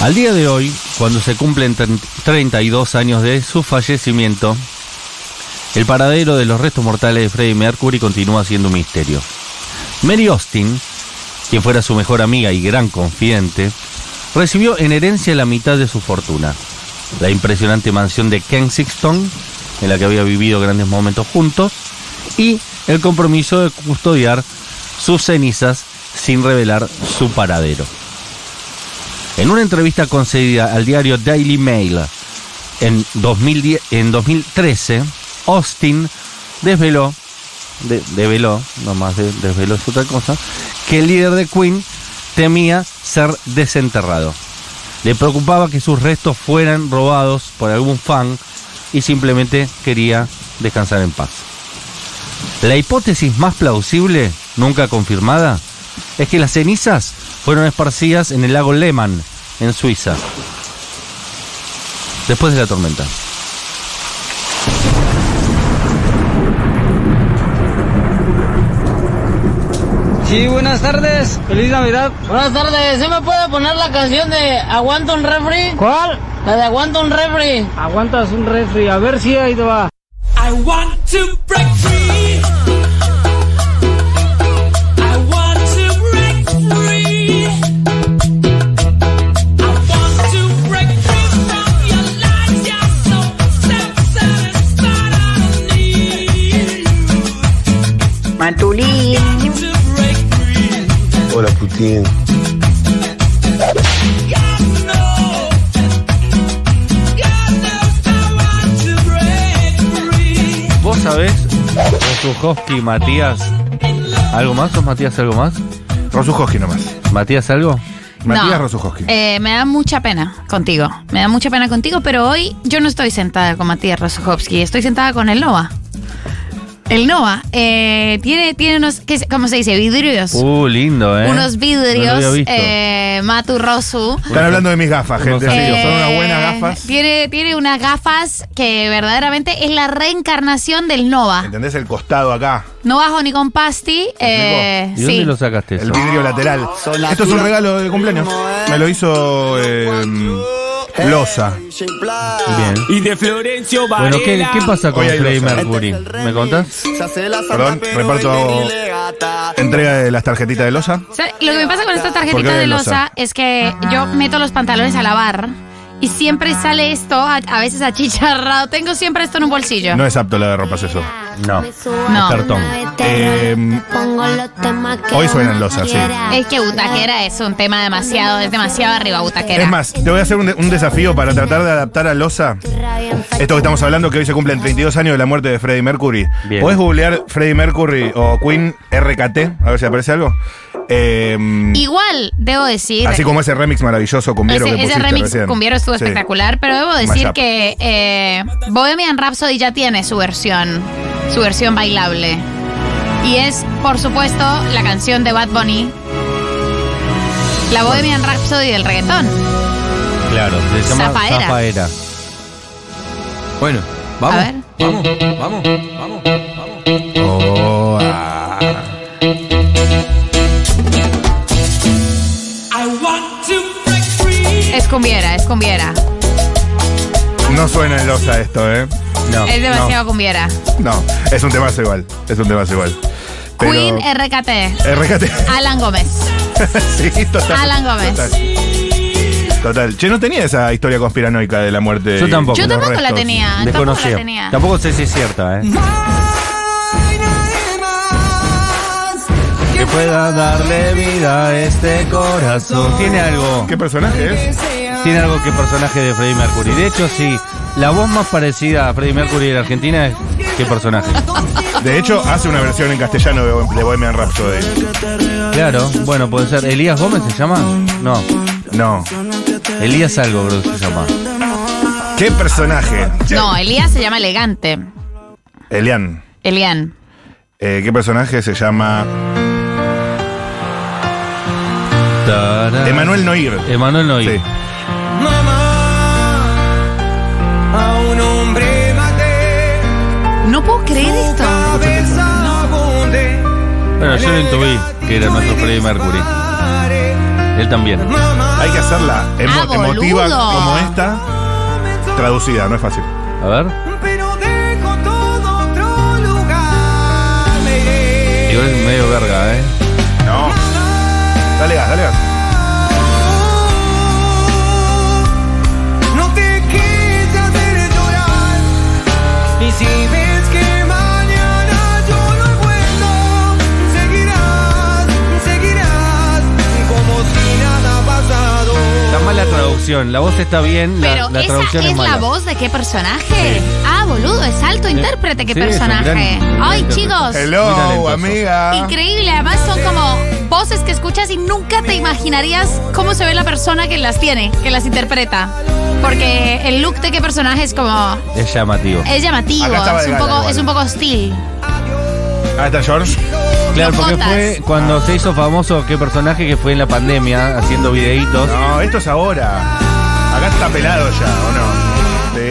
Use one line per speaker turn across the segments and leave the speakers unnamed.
Al día de hoy, cuando se cumplen 32 años de su fallecimiento, el paradero de los restos mortales de Freddie Mercury continúa siendo un misterio. Mary Austin, quien fuera su mejor amiga y gran confidente, recibió en herencia la mitad de su fortuna. La impresionante mansión de Kensington, en la que había vivido grandes momentos juntos, y el compromiso de custodiar sus cenizas sin revelar su paradero. En una entrevista concedida al diario Daily Mail en, 2010, en 2013, Austin desveló, de, develó, nomás de, desveló es otra cosa, que el líder de Queen temía ser desenterrado. Le preocupaba que sus restos fueran robados por algún fan y simplemente quería descansar en paz. La hipótesis más plausible, nunca confirmada, es que las cenizas fueron esparcidas en el lago Lehmann, en Suiza, después de la tormenta.
Sí, buenas tardes, feliz Navidad.
Buenas tardes, ¿se me puede poner la canción de Aguanta un refri?
¿Cuál?
La de Aguanta un refri.
Aguantas un refri, a ver si ahí te va.
I want to break free. I want to break free. I want to break free from your lies. You're so self-satisfied. I don't need you
Mantulín.
to break free.
Hola Putin.
God knows. God knows I want to break free.
¿Vos sabés, Rosuchowski, Matías, algo más? ¿Sos Matías algo más?
Rosujoski nomás.
¿Matías algo?
Matías
no,
Rosujoski.
eh, me da mucha pena contigo. Me da mucha pena contigo, pero hoy yo no estoy sentada con Matías Rosuchowski, estoy sentada con el Nova. El Nova eh, tiene, tiene unos, ¿qué se- ¿cómo se dice? Vidrios.
Uh, lindo, ¿eh?
Unos
No lo había
vidrios.
visto.
eh, Matu Rosu.
Están hablando de mis gafas,
Unos
gente.
amigos.
sí, son unas buenas
Eh,
gafas.
Tiene, tiene unas gafas que verdaderamente es la reencarnación del Nova.
¿Entendés el costado acá?
Nova Honey con Pasti. eh,
¿Y dónde
sí.
lo sacaste eso?
El vidrio lateral. Esto es un regalo de cumpleaños. Me lo hizo eh, Loza.
Bien.
Y de Florencio
Bueno, ¿qué,
Varela.
qué pasa con
Hoy hay ¿eh?
Freddie
losa.
Mercury?
¿eh?
¿Me contás?
Perdón, reparto entrega de las tarjetitas de Loza.
O sea, lo que me pasa con esta
¿Por
tarjetita
qué
de
losa?
losa es que yo meto los pantalones a lavar y siempre sale esto, a, a veces achicharrado. Tengo siempre esto en un bolsillo.
No es apto la de ropas eso.
No.
No.
Cartón.
Eh, hoy suenan losas, sí.
Es que butaquera es un tema demasiado, es demasiado arriba butaquera.
Es más, te voy a hacer un, de- un desafío para tratar de adaptar a Loza esto que estamos hablando, que hoy se cumplen 32 años de la muerte de Freddie Mercury.
Bien.
¿Podés googlear Freddie Mercury o Queen RKT? A ver si aparece algo. Eh,
Igual, debo decir.
así como ese remix maravilloso cumbiero que
Ese, ese
pusiste
remix
recién.
cumbiero estuvo
Sí.
espectacular, pero debo decir
Mashup.
que eh, Bohemian Rhapsody ya tiene su versión, su versión bailable. Y es, por supuesto, la canción de Bad Bunny, la Bohemian Rhapsody del reggaetón.
Claro, se llama
Zafaera.
Zafaera.
Bueno, vamos.
A ver. Ah,
Vamos, vamos, vamos, vamos.
Oh, ah.
I want to break free.
Es cumbiera, es cumbiera.
No suena en Loza esto, ¿eh? No.
es demasiado cumbiera.
No, no, es un temazo igual. Es un temazo igual. Pero-
Queen RKT.
RKT.
Alan Gómez.
sí, total.
Ah. Alan Gómez.
Total. Total. Che, no tenía esa historia conspiranoica de la muerte.
Yo tampoco.
Yo
de los
tampoco la
restos.
tenía. Tampoco la
Desconocido.
tenía.
Tampoco sé si es cierta, ¿eh? Que pueda darle vida a este corazón. Tiene algo.
¿Qué personaje es?
Tiene algo que personaje de Freddie Mercury. De hecho, sí. La voz más parecida a Freddie Mercury de la Argentina es qué personaje.
De hecho, hace una versión en castellano de de Bohemian Rhapsody.
Claro, bueno, puede ser. ¿Elías Gómez se llama? No.
No.
Elías algo, creo que se llama.
¿Qué personaje?
No, Elías se llama elegante.
Elian.
Elian.
Eh, ¿Qué personaje se llama?
Tarán.
Emanuel Noir.
Emanuel Noy.
Sí.
A un hombre maté,
No puedo creer esto.
cabeza no abunde.
Bueno, yo lo intuí que era nuestro Freddie Mercury. Él también.
Hay que hacerla emo-
Ah, boludo.
emotiva como esta, traducida, no es fácil.
A ver.
Pero dejo todo otro lugar. Me iré.
Igual es medio verga, ¿eh?
No. Dale gas, dale gas.
No te quise hacer llorar. Y si ves que mañana yo no vuelvo, seguirás, seguirás como si nada ha pasado.
Está mala traducción. La voz está bien, la,
Pero
la
esa
traducción
es,
es, mala.
la voz de qué personaje. Ah, boludo, es alto intérprete, qué
Sí, es un
personaje.
gran-
Ay,
gran
chicos.
intérprete. Muy
Hello,
talentoso.
amiga.
Increíble, además son como voces que escuchas y nunca te imaginarías cómo se ve la persona que las tiene, que las interpreta. Porque el look de qué personaje es como.
Es llamativo.
Es llamativo,
Acá estaba
es un,
de gala
poco,
igual.
es un poco hostil.
Ah, está George.
Claro,
Los
porque
Jotas.
fue cuando se hizo famoso qué personaje que fue en la pandemia haciendo videitos.
No, esto es ahora. Acá está pelado ya, ¿o no? Sí.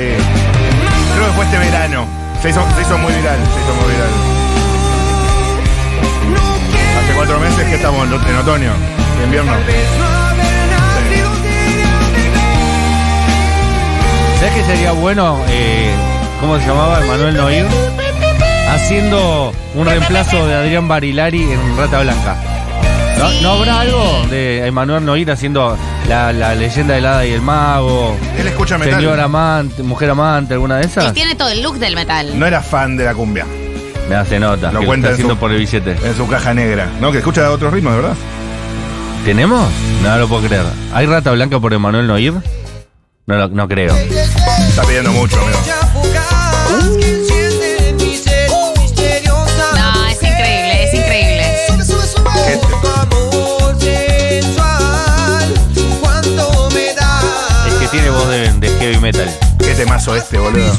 Creo que fue este verano. Se hizo, se hizo muy viral, se hizo muy viral. Hace cuatro meses que estamos en en otoño, en invierno.
¿Sabes que sería bueno? eh, ¿Cómo se llamaba? Manuel Noir. Haciendo un reemplazo de Adrián Barilari en Rata Blanca. ¿No,
Sí.
¿No habrá algo de Emanuel Noir haciendo la, la leyenda del hada y el mago?
Él escucha metal.
Señor amante, mujer amante, alguna de
Y
esas.
tiene todo el look del metal.
No era fan de la cumbia,
Me hace nota.
Lo
que
cuenta en
está haciendo
su-
por el billete.
en su caja negra. No, que escucha otros ritmos, de verdad.
¿Tenemos? No lo puedo creer. ¿Hay rata blanca por Emanuel Noir? No, lo- no creo.
Está pidiendo mucho, amigo.
No, es increíble, es increíble.
Este,
Es que tiene voz de, de heavy metal.
Qué temazo este, boludo.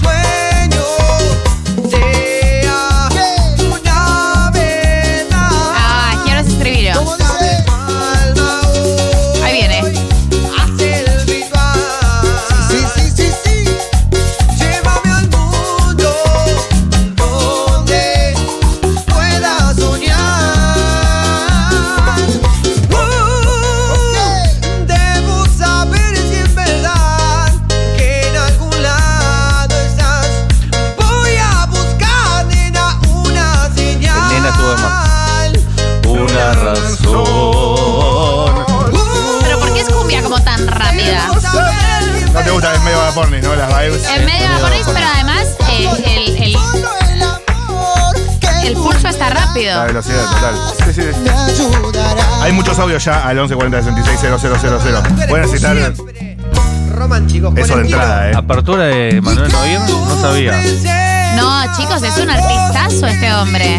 Ah, quiero escribirlo. Ahí viene.
Debo saber si es verdad que en algún lado estás. Voy a buscar, nena, una señal.
Nena, tu Una razón.
Pero ¿por qué es cumbia como tan rápida?
No te gusta, es medio a porni, ¿no? Las vibes.
En medio de vaporis, pero además eh, el, el, el pulso está
La
rápido.
velocidad total. Sí, sí, sí. Hay muchos audios ya al 1140-660000. Voy a necesitar eso de entrada, ¿eh?
Apertura de Manuel Noir, no sabía.
No, chicos, es un artistazo este hombre.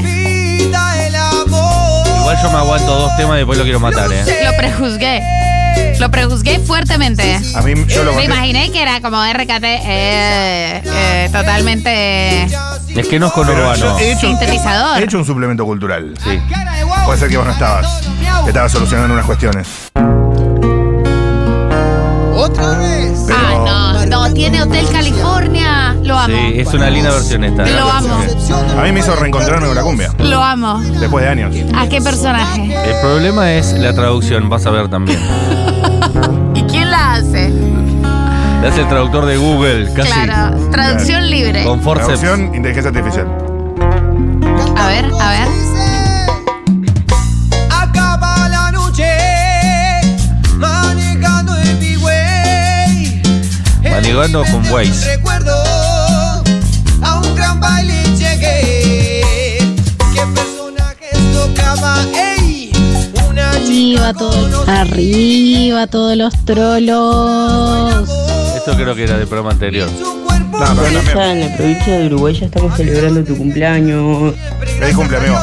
Igual yo me aguanto dos temas y después lo quiero matar, ¿eh?
Lo prejuzgué. Lo prejuzgué fuertemente.
A mí, yo lo
Me
conocí.
imaginé que era como RKT, eh, eh, totalmente
Es que no es con
Pero yo eh,
urbano.
he hecho,
sintetizador.
he hecho un suplemento cultural.
Sí.
Puede ser que vos no estabas. Que estabas solucionando unas cuestiones.
Otra vez.
Pero
Ah, no, no, tiene Hotel California. Lo amo.
Sí, es una linda versión esta.
Lo amo.
a mí me hizo reencontrarme con la cumbia.
Lo amo.
Después de años.
¿A qué personaje?
El problema es la traducción, vas a ver también.
¿Y quién la hace?
Le hace el traductor de Google, casi.
Claro, traducción libre.
Con forceps.
Traducción, inteligencia artificial.
A ver, a ver.
Acaba la noche manejando en mi way.
Manejando con Waze.
Recuerdo a un gran baile llegué. Qué personajes tocaba, ey. Una chica
Arriba todos, arriba todos los trolos.
Esto creo que era del programa anterior.
su
No,
cuerpo
pero también.
en la provincia de Uruguay ya estamos celebrando tu cumpleaños.
Feliz cumple, amigo.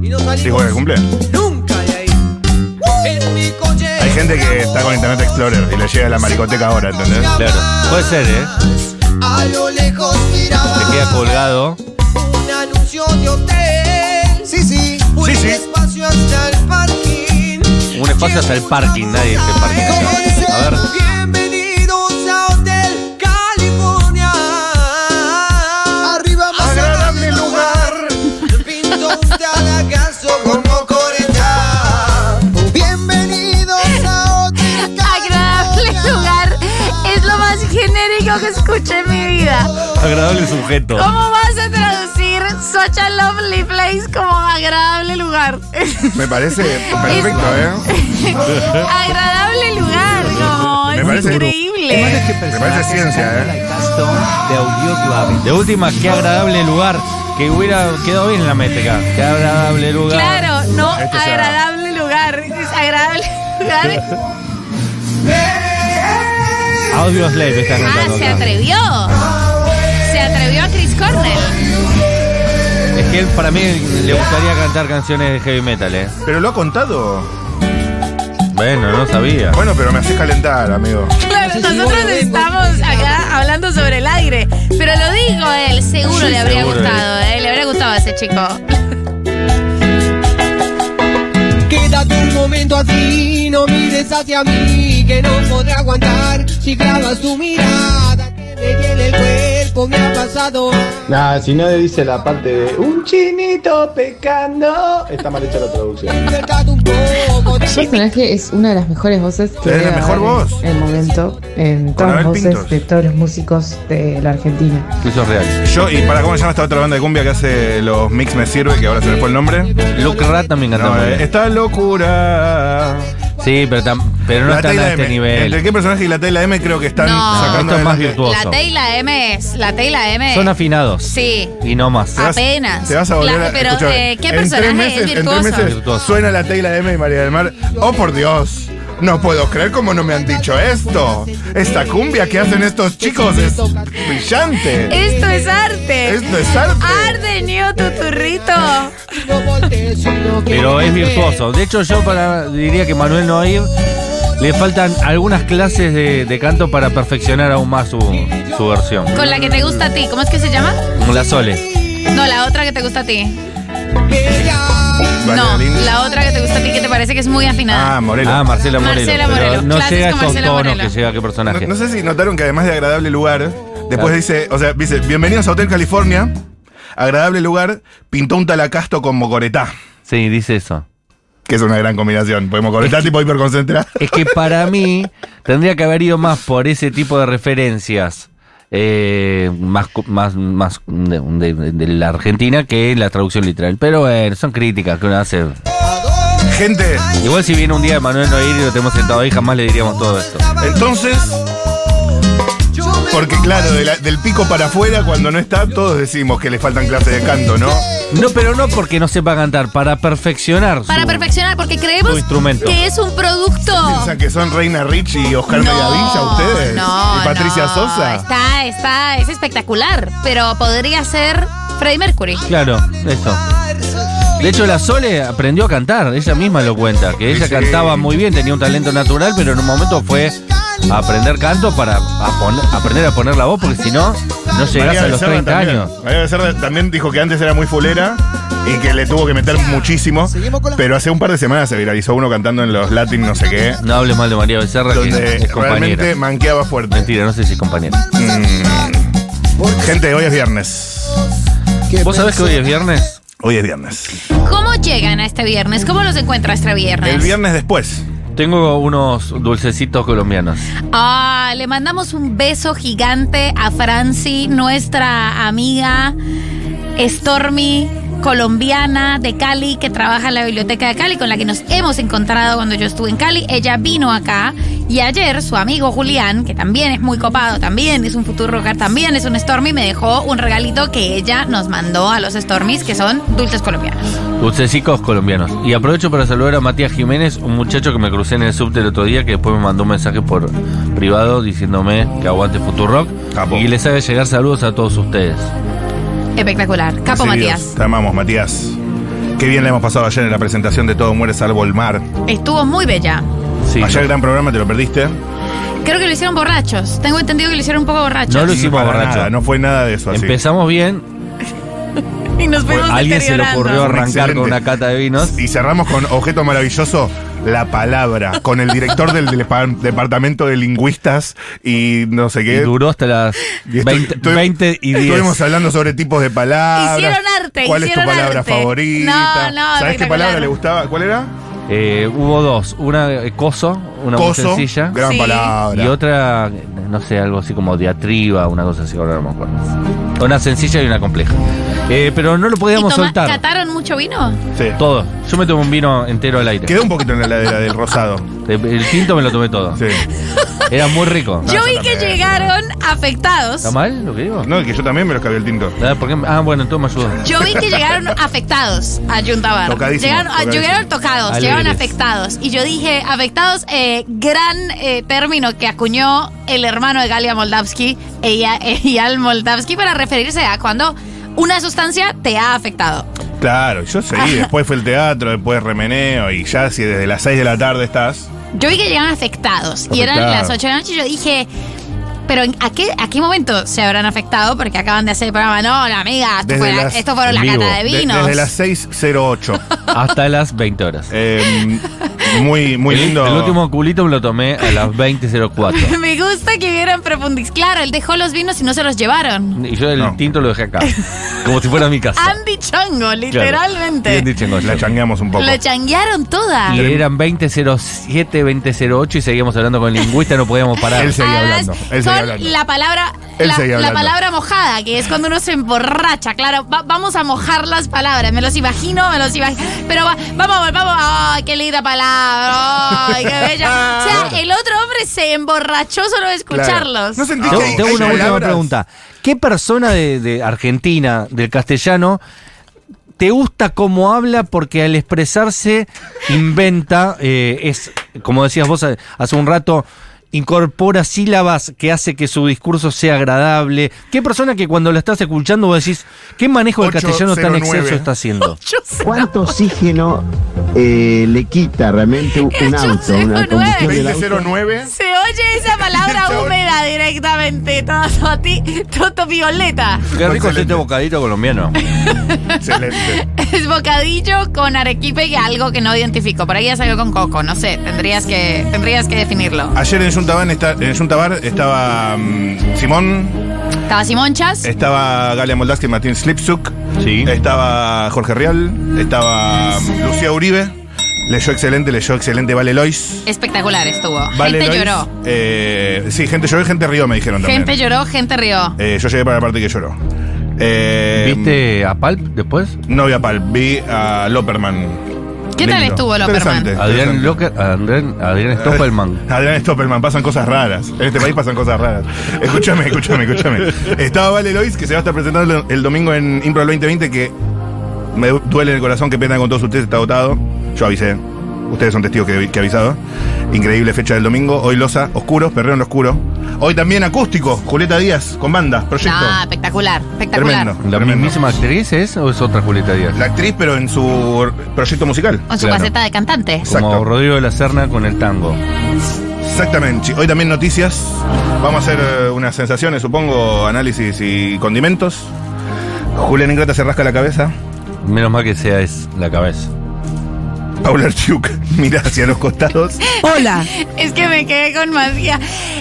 y no salimos
Dijo que cumple.
nunca de ahí. En mi coche.
Hay gente que está con Internet Explorer y le llega la maricoteca ahora, ¿entendés?
Claro. Puede ser, ¿eh?
A lo lejos miraba.
Te queda colgado.
Un anuncio de hotel. Sí, sí. Un
Sí, sí.
espacio hasta el parking.
Un espacio hasta el parking, nadie dice parking.
dice?
A ver.
Bienvenidos a Hotel California. Arriba más
Agradable lugar.
Pinto un talagazo como coreta. Bienvenidos a Hotel
de mi vida.
Agradable sujeto.
¿Cómo vas a traducir such a lovely place como agradable lugar?
Me parece perfecto, ¿eh?
agradable lugar, como
Me
es
parece-
increíble.
Me parece ciencia, ¿eh?
de Audioclave.
De última, qué agradable lugar. Que hubiera quedado bien en la métrica. Qué agradable lugar.
Claro, no
Este es
agradable lugar, es agradable lugar.
Audio Slave está
Ah,
anotando
se
acá.
atrevió. Se atrevió a Chris Cornell.
Es que él, para mí, le gustaría cantar canciones de heavy metal, ¿eh?
Pero lo ha contado.
Bueno, no sabía.
Bueno, pero me haces calentar, amigo.
Claro, nosotros estamos acá hablando sobre el aire, pero lo digo él, seguro
Sí,
le habría
seguro,
gustado, eh, le habría gustado a ese chico.
Quédate un momento así, no mires hacia mí, que no podré aguantar si clavas tu mirada que me tiene el cuerpo, me ha pasado.
Nah, si no dice la parte de un chinito pecando, está mal hecha la traducción.
Libertad un poco,
Su personaje es una de las mejores voces que
Es la
debe
mejor
haber
voz.
en el momento en todas las
Abel
voces
Pintos.
de todos los músicos de la Argentina.
Eso es real.
Yo, y para cómo se llama esta otra banda de cumbia que hace los mix me sirve, que ahora se me fue el nombre.
Luke Rat también canta
No,
muy
eh,
bien.
esta locura.
Sí, pero, tam- pero no
la
está
T y
a
la
este
M.
nivel.
Entre qué personaje y la T y la M creo que están
No.
sacando.
Esto es más
adelante.
virtuoso.
La T y la M es, la T y la M.
Son afinados.
Sí.
Y no más.
Te vas-
Apenas.
Te vas a volver
Claro,
a-
pero,
escuchá,
eh, ¿qué
en
personaje
tres
es
meses-
virtuoso?
En tres meses
Virtuoso.
suena la T y la M de María del Mar. Oh, por Dios. No puedo creer cómo no me han dicho esto. Esta cumbia que hacen estos chicos es brillante.
Esto es arte.
Esto es arte.
Arde, Neo Tuturrito.
no voltees, sino que
Pero es virtuoso. De hecho, yo para, diría que Manuel Noir le faltan algunas clases de, de canto para perfeccionar aún más su, su versión.
Con la que te gusta a ti. ¿Cómo es que se llama?
Como La Sole.
No, la otra que te gusta a ti. No,
Bailarín.
la otra que te gusta a ti que te parece que es muy afinada.
Ah, Morela.
Ah, Marcela Morelo.
Marcela
Pero
Morelo.
No
Clases
llega a
con
esos
Marcela
tonos
Morelo.
que llega a qué personaje.
No, no sé si notaron que además de agradable lugar, después
Claro.
dice, o sea, dice, bienvenidos a Hotel California, agradable lugar, pintó un talacasto con mocoretá,
Sí, dice eso.
que es una gran combinación, pues mocoretá tipo hiperconcentrado.
Es que para mí tendría que haber ido más por ese tipo de referencias eh, más, cu- más, más de, de- de la Argentina que la traducción literal. Pero bueno, son críticas que uno hace.
Gente,
Igual si viene un día Manuel Noir y lo tenemos sentado ahí, jamás le diríamos todo esto.
entonces, porque claro, de la- del pico para afuera, cuando no está, todos decimos que le faltan clases de canto, ¿no?
No, pero no porque no sepa cantar, para perfeccionar. su-
Para perfeccionar, porque
su
creemos
instrumento.
que es un producto.
Piensan que son Reina Rich y Oscar Mediavilla ustedes,
no,
y Patricia
no.
Sosa.
Está, está, es espectacular, pero podría ser Freddie Mercury.
Claro, eso. De hecho, la Sole aprendió a cantar, ella misma lo cuenta, que ella
Sí, sí.
cantaba muy bien, tenía un talento natural, pero en un momento fue a aprender canto para a poner- aprender a poner la voz, porque si no, no llegás
María
a los
Becerra
30
también.
años.
María Becerra también dijo que antes era muy fulera y que le tuvo que meter muchísimo. Pero hace un par de semanas se viralizó uno cantando en los Latin no sé qué,
No hables mal de María Becerra, que
donde
es compañera.
realmente manqueaba fuerte. Mm.
Mentira, no sé si es compañera.
Gente, hoy es viernes.
¿Vos sabés que hoy es viernes?
Hoy es viernes.
¿Cómo llegan a este viernes? ¿Cómo los encuentra este viernes?
El viernes después.
Tengo unos dulcecitos colombianos.
Ah, le mandamos un beso gigante a Franci, nuestra amiga Stormy colombiana de Cali que trabaja en la biblioteca de Cali con la que nos hemos encontrado cuando yo estuve en Cali. Ella vino acá y ayer su amigo Julián, que también es muy copado, también es un futuro rocker, también es un Stormy, me dejó un regalito que ella nos mandó a los Stormies que son dulces colombianos.
Dulcecitos colombianos. Y aprovecho para saludar a Matías Jiménez, un muchacho que me crucé en el subte el otro día, que después me mandó un mensaje por privado diciéndome que aguante Futurock.
Capo.
Y les haga llegar saludos a todos ustedes.
Espectacular. Capo
Recibidos.
Matías.
Te amamos, Matías. Qué bien le hemos pasado ayer en la presentación de Todo Muere Salvo el Mar.
Estuvo muy bella.
Sí,
ayer
no,
gran programa, te lo perdiste.
Creo que lo hicieron borrachos. Tengo entendido que lo hicieron un poco borrachos.
No lo hicimos
Para
borracho.
nada, no fue nada de eso así.
Empezamos bien,
Y nos fuimos
alguien se le
deteriorando.
ocurrió arrancar
Excelente.
con una cata de vinos.
Y cerramos con objeto maravilloso, la palabra, con el director del delepa- departamento de lingüistas y no sé
Y
qué.
duró hasta las
Y estu-
20,
estu-
20 y 10.
Estuvimos hablando sobre tipos de palabras.
Hicieron arte,
¿Cuál es tu
hicieron
palabra
arte.
favorita?
No, no,
¿Sabes qué
espectacular.
palabra le gustaba? ¿Cuál era?
Eh, hubo dos. Una eh, coso, una muy
Coso.
sencilla.
Gran
Sí.
palabra.
Y otra eh, no sé, algo así como diatriba, una cosa así, ahora no me acuerdo. Una sencilla y una compleja. Eh, pero no lo
¿Y
podíamos
toma-
soltar.
cataron mucho vino?
Sí.
Todo. Yo me tomé un vino entero al aire.
Quedó un poquito en la heladera del rosado.
El, el tinto me lo tomé todo.
Sí.
Era muy rico.
Yo
yo
vi que
también.
llegaron afectados.
¿Está mal lo que digo?
No, que yo también me lo cabía el tinto.
Ah, ¿por qué? Ah, bueno, entonces me ayudó.
Yo vi que llegaron afectados a Yuntabar.
Tocadísimos,
Llegaron, ah,
tocadísimos.
llegaron tocados,
Alegres.
llegaron afectados. Y yo dije, afectados, eh, gran eh, término que acuñó el hermano de Galia Moldavsky, ella, Eyal Moldavsky, para referirse a cuando una sustancia te ha afectado.
Claro, yo seguí. Después fue el teatro, después remeneo y ya si desde las 6 de la tarde estás.
Yo vi que llegaron afectados. Y eran
Afectados.
las 8 de la noche y yo dije... Pero en- ¿a qué, ¿a qué momento se habrán afectado? Porque acaban de hacer el programa. No, la amiga, esto
Desde
fue la-
las-
esto
en
fueron la
vivo.
cata de
De-
vinos.
desde las 6.08.
Hasta las 20 horas.
Eh, muy, muy
El-
lindo.
El, último culito me lo tomé a las 20.04.
Me gusta que vieran profundis. Claro, él dejó los vinos y no se los llevaron.
Y yo el
No.
tinto lo dejé acá. Como si fuera mi casa.
Andy Chango,
Claro. Bien
Ah, literalmente.
dicho, Goyo.
La changueamos un poco.
Lo changuearon toda.
Y eran 20.07, 20.08 y seguíamos hablando con el lingüista, no podíamos parar.
Él seguía
Además,
hablando. Él seguía
con
hablando.
la palabra
Él
la,
seguía
la
hablando.
palabra mojada, que es cuando uno se emborracha, claro, va- vamos a mojar las palabras, me los imagino, me los imagino, pero va- vamos, vamos, ay, qué linda palabra, ay, qué bella. O sea, el otro hombre se emborrachó solo de
Claro.
escucharlos.
No sentí
Tengo,
que hay-
tengo
hay
una última
palabras?
pregunta. ¿Qué persona de, de Argentina, del castellano, te gusta cómo habla porque al expresarse inventa, eh, es, como decías vos ha- hace un rato, incorpora sílabas que hace que su discurso sea agradable? ¿Qué persona que cuando la estás escuchando vos decís, qué manejo del castellano tan
809?
exceso está haciendo?
Yo sé.
¿Cuánto oxígeno eh, le quita realmente un
Yo
auto?
soy un
Una combustión del auto?
20.09.
Se oye esa palabra húmeda directamente, todo a ti, todo violeta.
Qué rico es
Excelente.
este bocadito colombiano.
Excelente.
Es bocadillo con arequipe y algo que no identifico. Por ahí ya salió con coco, no sé, tendrías que, tendrías que definirlo.
Ayer en Yuntabar, esta- en Yuntabar estaba mm, Simón,
Estaba Simonchas,
Eh. estaba Galia Moldavsky y Martín Slipsuk,
Sí.
estaba Jorge Rial, estaba mm, Lucía Uribe, leyó excelente, leyó excelente Vale Lois.
espectacular estuvo.
Vale
gente
Lois,
lloró.
eh, sí, gente lloró y gente rió, me dijeron también.
Gente lloró, gente rió.
Eh, yo llegué para la parte que lloró. Eh,
¿Viste a Palp después?
No vi a Pal, vi a Loperman.
¿Qué tal
Lindo.
estuvo Loperman?
Interesante.
Adrián Locker, Adrián, Adrián
Eh.
Stoppelman.
Adrián Stoppelman, pasan cosas raras. En este país pasan cosas raras. Escúchame, escúchame, escúchame. Estaba Vale Lois, que se va a estar presentando el domingo en Impro del 2020, que me duele en el corazón, que pena con todos ustedes, está agotado. Yo avisé. Ustedes son testigos que, que he avisado. Increíble fecha del domingo. Hoy Loza, oscuro, perreo en lo oscuro. Hoy también acústico, Julieta Díaz, con banda, proyecto.
Ah, espectacular, espectacular.
Tremendo.
¿La mismísima actriz es o es otra Julieta Díaz?
La actriz, pero en su proyecto musical.
Con su
Claro.
faceta de cantante.
Como
Exacto.
Rodrigo de la Serna con el tango.
Exactamente. Hoy también noticias. Vamos a hacer eh, unas sensaciones, supongo, análisis y condimentos. Julián Ingrata se rasca la cabeza.
Menos mal que sea es la cabeza.
Paula Archuk mira hacia los costados.
Hola.
Es que me quedé con María.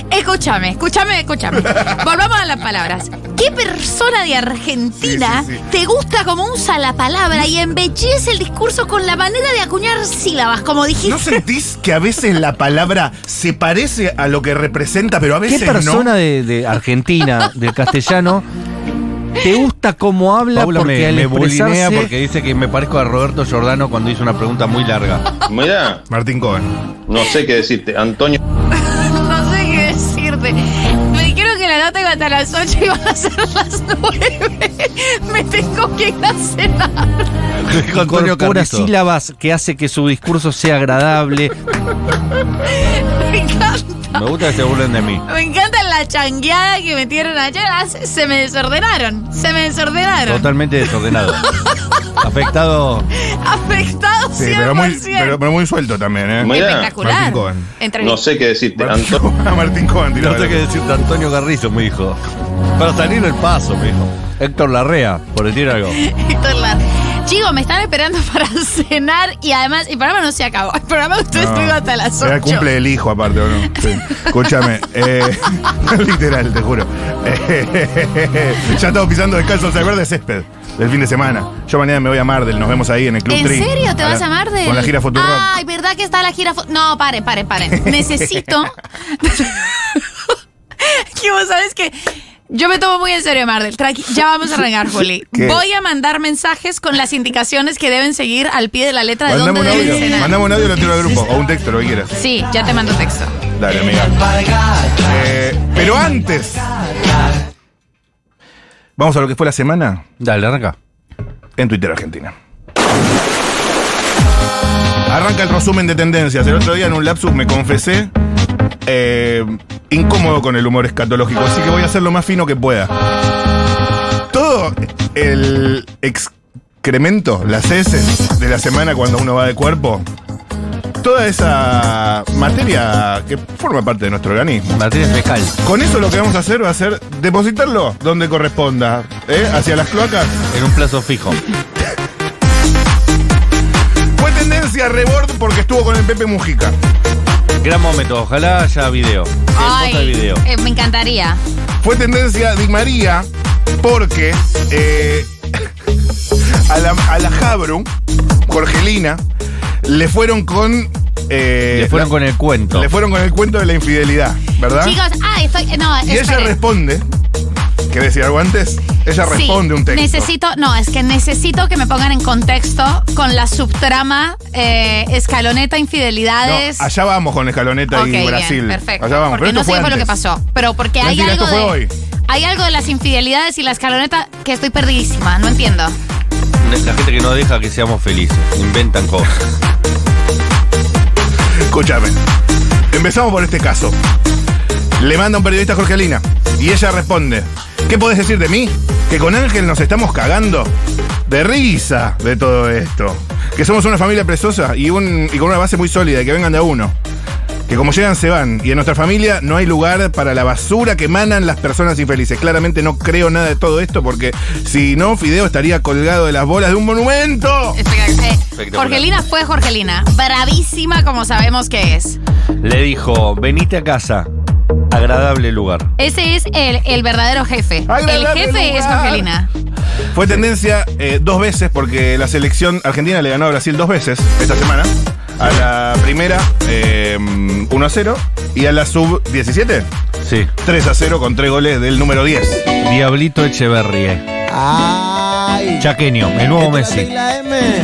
Escúchame, escúchame, escúchame. Volvamos a las palabras. ¿Qué persona de Argentina
Sí, sí, sí.
te gusta como usa la palabra y embellece el discurso con la manera de acuñar sílabas, como dijiste?
¿No sentís que a veces la palabra se parece a lo que representa, pero a
¿Qué
veces
persona
no?
de, de Argentina, del castellano, te gusta cómo habla
Paula
porque
me-
al
me
expresarse...
bulinea porque
dice que me parezco a Roberto Giordano cuando hizo una pregunta muy larga.
Mira,
Martín Cohen.
no sé qué decirte, Antonio.
No sé qué decirte. Me quiero que la nota iba hasta las 8 y van a ser las 9. Me tengo que ir a cenar.
Incorpora sílabas que hace que su discurso sea agradable.
Me encanta.
Me gusta que se burlen de mí.
Me encanta la changueada que metieron ayer. Ah, se- Se me desordenaron. Se me desordenaron.
Totalmente desordenado. Afectado
Afectado
Sí,
100%.
pero muy, pero- pero muy suelto también, ¿eh?
Muy- Mira,
Espectacular.
Martín Cohen.
Entrevista.
No sé qué decirte,
Martín,
Antonio.
a Martín Cohen, tiró
No sé
la-
qué decirte, Antonio Garrizo, me dijo. Para salir el paso, me dijo. Héctor Larrea, por decir algo.
Héctor Lar- Chicos, me están esperando para cenar y además el programa no se acabó. El programa de ustedes
No.
estuvo hasta las 8.
Era el cumple del hijo, aparte, ¿o no? Sí. Escúchame. eh, literal, te juro. Eh, ya estamos pisando descalzos al verde césped del fin de semana. Yo mañana me voy a Mardel, nos vemos ahí en el Club
¿En
Tri.
serio te vas a amar de
Con la gira Futurock.
Ay, ¿verdad que está la gira Futurock? No, paren, paren, paren. Necesito. que vos sabes que yo me tomo muy en serio, Mardel. Tranqui, ya vamos a arrancar, Juli.
¿Qué?
Voy a mandar mensajes con las indicaciones que deben seguir al pie de la letra de
Mandamos un
dónde deben
audio.
cenar.
Mandamos un audio y lo tiro al grupo. O un texto, lo que quieras.
Sí, ya te mando texto.
Dale, amiga. Eh, pero antes. Vamos a lo que fue la semana.
Dale, arranca.
En Twitter Argentina. Arranca el resumen de tendencias. El otro día en un lapsus me confesé eh, incómodo con el humor escatológico, así que voy a hacer lo más fino que pueda. Todo el excremento, las heces de la semana cuando uno va de cuerpo, toda esa materia que forma parte de nuestro organismo.
Materia fecal.
Con eso lo que vamos a hacer va a ser depositarlo donde corresponda, ¿eh? hacia las cloacas.
En un plazo fijo.
Fue tendencia a rebord porque estuvo con el Pepe Mujica.
Gran momento, ojalá haya video. Sí, posta de video.
eh, me encantaría.
Fue tendencia Di María porque eh, a, la, a la Jabru, Jorgelina, le fueron con. eh,
Le fueron
la-
con el cuento.
le fueron con el cuento de la infidelidad, ¿verdad?
Chicos, ah, estoy. No,
y ella
esperen.
responde. ¿Querés decir algo antes? Ella
Sí,
responde un texto.
Necesito, no, es que necesito que me pongan en contexto con la subtrama eh, escaloneta
No,
infidelidades.
allá vamos con Escaloneta
Ok,
y
bien,
Brasil.
perfecto.
Allá vamos.
Porque
Pero esto
no sé
fue
qué fue lo que
antes.
pasó. Pero porque hay
Mentira,
algo
esto fue
de.
hoy.
Hay algo de las infidelidades y la escaloneta que estoy perdidísima, no entiendo.
La gente que no deja que seamos felices. Inventan cosas.
Escúchame. Empezamos por este caso. Le manda un periodista a Jorgelina y ella responde: ¿Qué podés decir de mí? Que con Ángel nos estamos cagando de risa de todo esto. Que somos una familia presosa y, un- y con una base muy sólida, y que vengan de a uno. Que como llegan se van y en nuestra familia no hay lugar para la basura que emanan las personas infelices. Claramente no creo nada de todo esto porque si no, Fideo estaría colgado de las bolas de un monumento.
Espectacular. Eh, Jorgelina fue Jorgelina. Bravísima como sabemos que es.
Le dijo, venite a casa. Agradable lugar.
Ese es el, el verdadero jefe. El
Agradable
jefe es
lugar.
Jorgelina.
Fue tendencia eh, dos veces porque la selección argentina le ganó a Brasil dos veces esta semana. A la primera eh, 1 a 0 y a la sub 17
Sí.
3 a 0 con tres goles del número 10.
Diablito Echeverrie.
Ah,
Chaqueño, el nuevo Messi.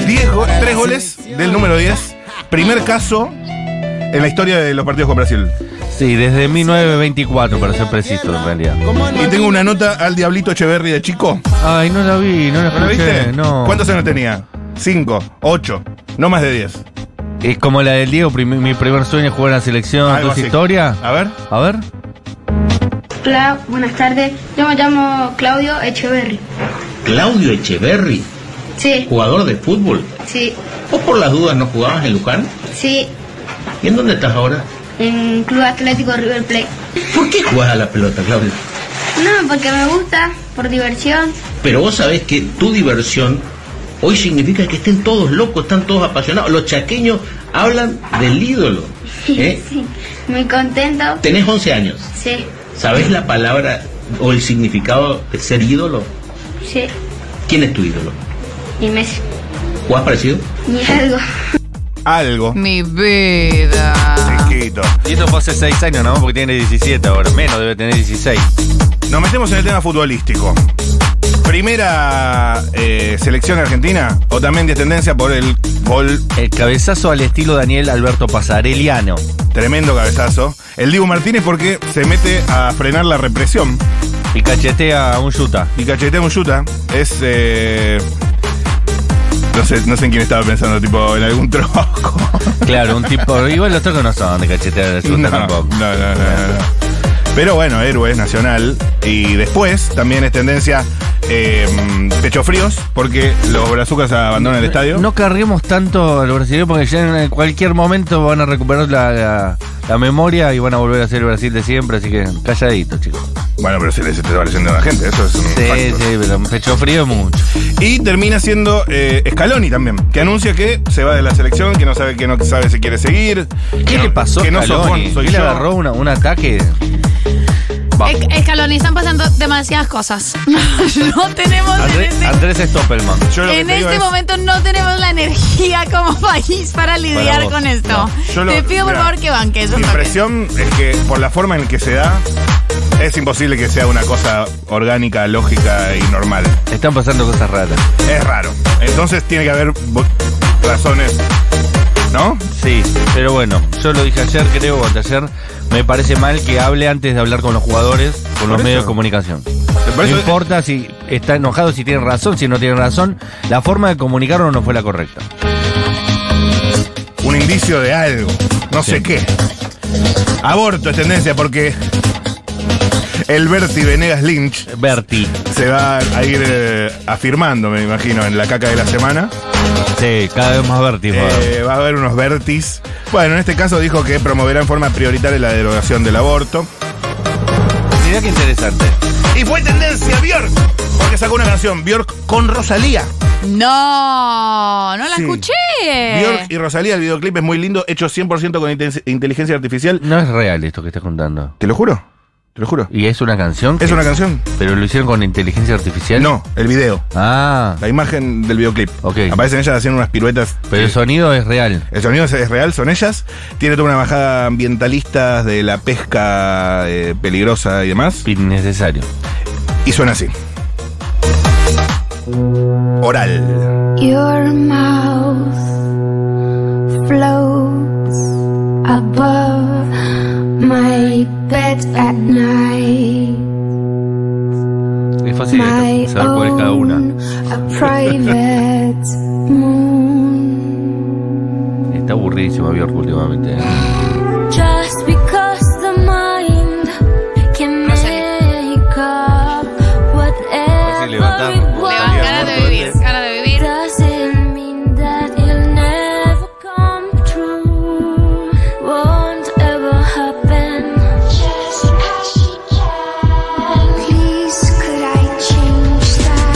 10 go- tres goles del número 10. Primer caso en la historia de los partidos con Brasil.
Sí, desde 1924, para ser preciso, en realidad.
Y tengo una nota al Diablito Echeverry de chico.
Ay, no la vi, no la
¿No la
escuché.
viste?
No.
¿Cuántos años tenía? 5, 8, no más de 10.
Es como la del Diego, prim- mi primer sueño es jugar en la selección.
Algo
¿Tu
así.
historia?
A ver.
A ver.
Hola, buenas tardes. Yo me llamo Claudio Echeverry.
Claudio Echeverry,
Sí,
jugador de fútbol.
sí,
¿Vos por las dudas no jugabas en Luján?
sí.
¿Y en dónde estás ahora?
En Club Atlético River Plate.
¿Por qué jugás a la pelota, Claudio?
No, porque me gusta, por diversión.
Pero vos sabés que tu diversión hoy significa que estén todos locos, están todos apasionados. Los chaqueños hablan del ídolo. ¿eh?
Sí, muy contento.
Tenés 11 años.
Sí,
¿Sabés la palabra o el significado de ser ídolo?
sí.
¿Quién es tu ídolo?
Y Messi.
¿Jugás parecido?
Ni algo.
Algo.
Mi vida.
Chiquito.
Y eso fue hace 6 años, ¿no? Porque tiene 17 ahora. Menos, debe tener 16.
Nos metemos en el tema futbolístico. Primera eh, selección argentina, o también de tendencia por el gol,
El cabezazo al estilo Daniel Alberto Pasareliano.
tremendo cabezazo. El Dibu Martínez porque se mete a frenar la represión
Y cachetea a un yuta.
y cachetea un yuta. Es... eh, no, sé, no sé en quién estaba pensando, tipo en algún troco.
Claro, un tipo. Igual los tacos no son de cachetear al yuta
No,
tampoco.
no, no, no, no. Pero bueno, héroe es nacional. Y después también es tendencia eh, pecho fríos porque los brazucas abandonan el estadio.
No carguemos tanto al brasileño porque ya en cualquier momento van a recuperar la, la- la memoria y van a volver a ser el Brasil de siempre, así que calladito, chicos.
Bueno, pero se le se te va leyendo a la gente, eso es un
Sí,
facto.
sí, pero un pecho frío mucho.
Y termina siendo eh, Scaloni también, que anuncia que se va de la selección, que no sabe que no sabe si quiere seguir.
¿Qué
que
le
no-
pasó a
Que no sos
Scaloni?
vos, soy
¿Qué le
yo.
agarró una- un ataque? Va.
Es- Escaloni, están pasando demasiadas cosas. no tenemos en
André-
este
Andrés Stoppelman.
Yo lo que
En
te digo
este
es-
momento no tenemos la energía como país para lidiar
vos,
con esto.
yo lo-
Te pido por
mirá,
favor que banques.
Mi
un toque.
impresión es que por la forma en que se da, Es imposible que sea una cosa orgánica, lógica y normal.
Están pasando cosas raras.
Es raro. Entonces tiene que haber vo- razones. ¿No?
Sí, pero bueno, yo lo dije ayer, creo, o ayer, me parece mal que hable antes de hablar con los jugadores, con
Por
los
eso.
medios de comunicación.
Por
No
eso-
importa si está enojado, si tiene razón, si no tiene razón, la forma de comunicarlo no fue la correcta.
un indicio de algo, no sé qué. Aborto es tendencia porque el Berti Venegas Lynch
Berti
se va a ir eh, afirmando, me imagino, en la caca de la semana.
Sí, cada vez más Berti.
Eh, va a haber unos Bertis. Bueno, en este caso dijo que promoverá en forma prioritaria la derogación del aborto.
Mirá qué interesante.
Y fue tendencia Bjork, porque sacó una canción Bjork con Rosalía.
No, no la
Sí. Bjork
escuché.
y Rosalía, el videoclip es muy lindo, hecho 100% con inte- inteligencia artificial.
No es real esto que estás contando.
Te lo juro, te lo juro.
¿Y es una canción?
Es una canción.
¿Pero lo hicieron con inteligencia artificial?
No, el video.
Ah,
La imagen del videoclip.
ok.
Aparecen ellas haciendo unas piruetas.
Pero el sonido es real.
El sonido es- es real, son ellas. Tiene toda una bajada ambientalista de la pesca eh, peligrosa y demás.
Innecesario.
Y suena así. Oral.
Your mouth floats above my bed at night.
Es fácil
My
saber cuál es cada una.
A private moon.
Está aburridísima Bjork últimamente. ¿eh?
Just because the mind can make up whatever
levantar,
it
¿no?
was.
Le vas ganas de vivir, ganas de vivir.
Doesn't mean that it'll never come true. Won't ever happen. Just as she can. Please, could I change that?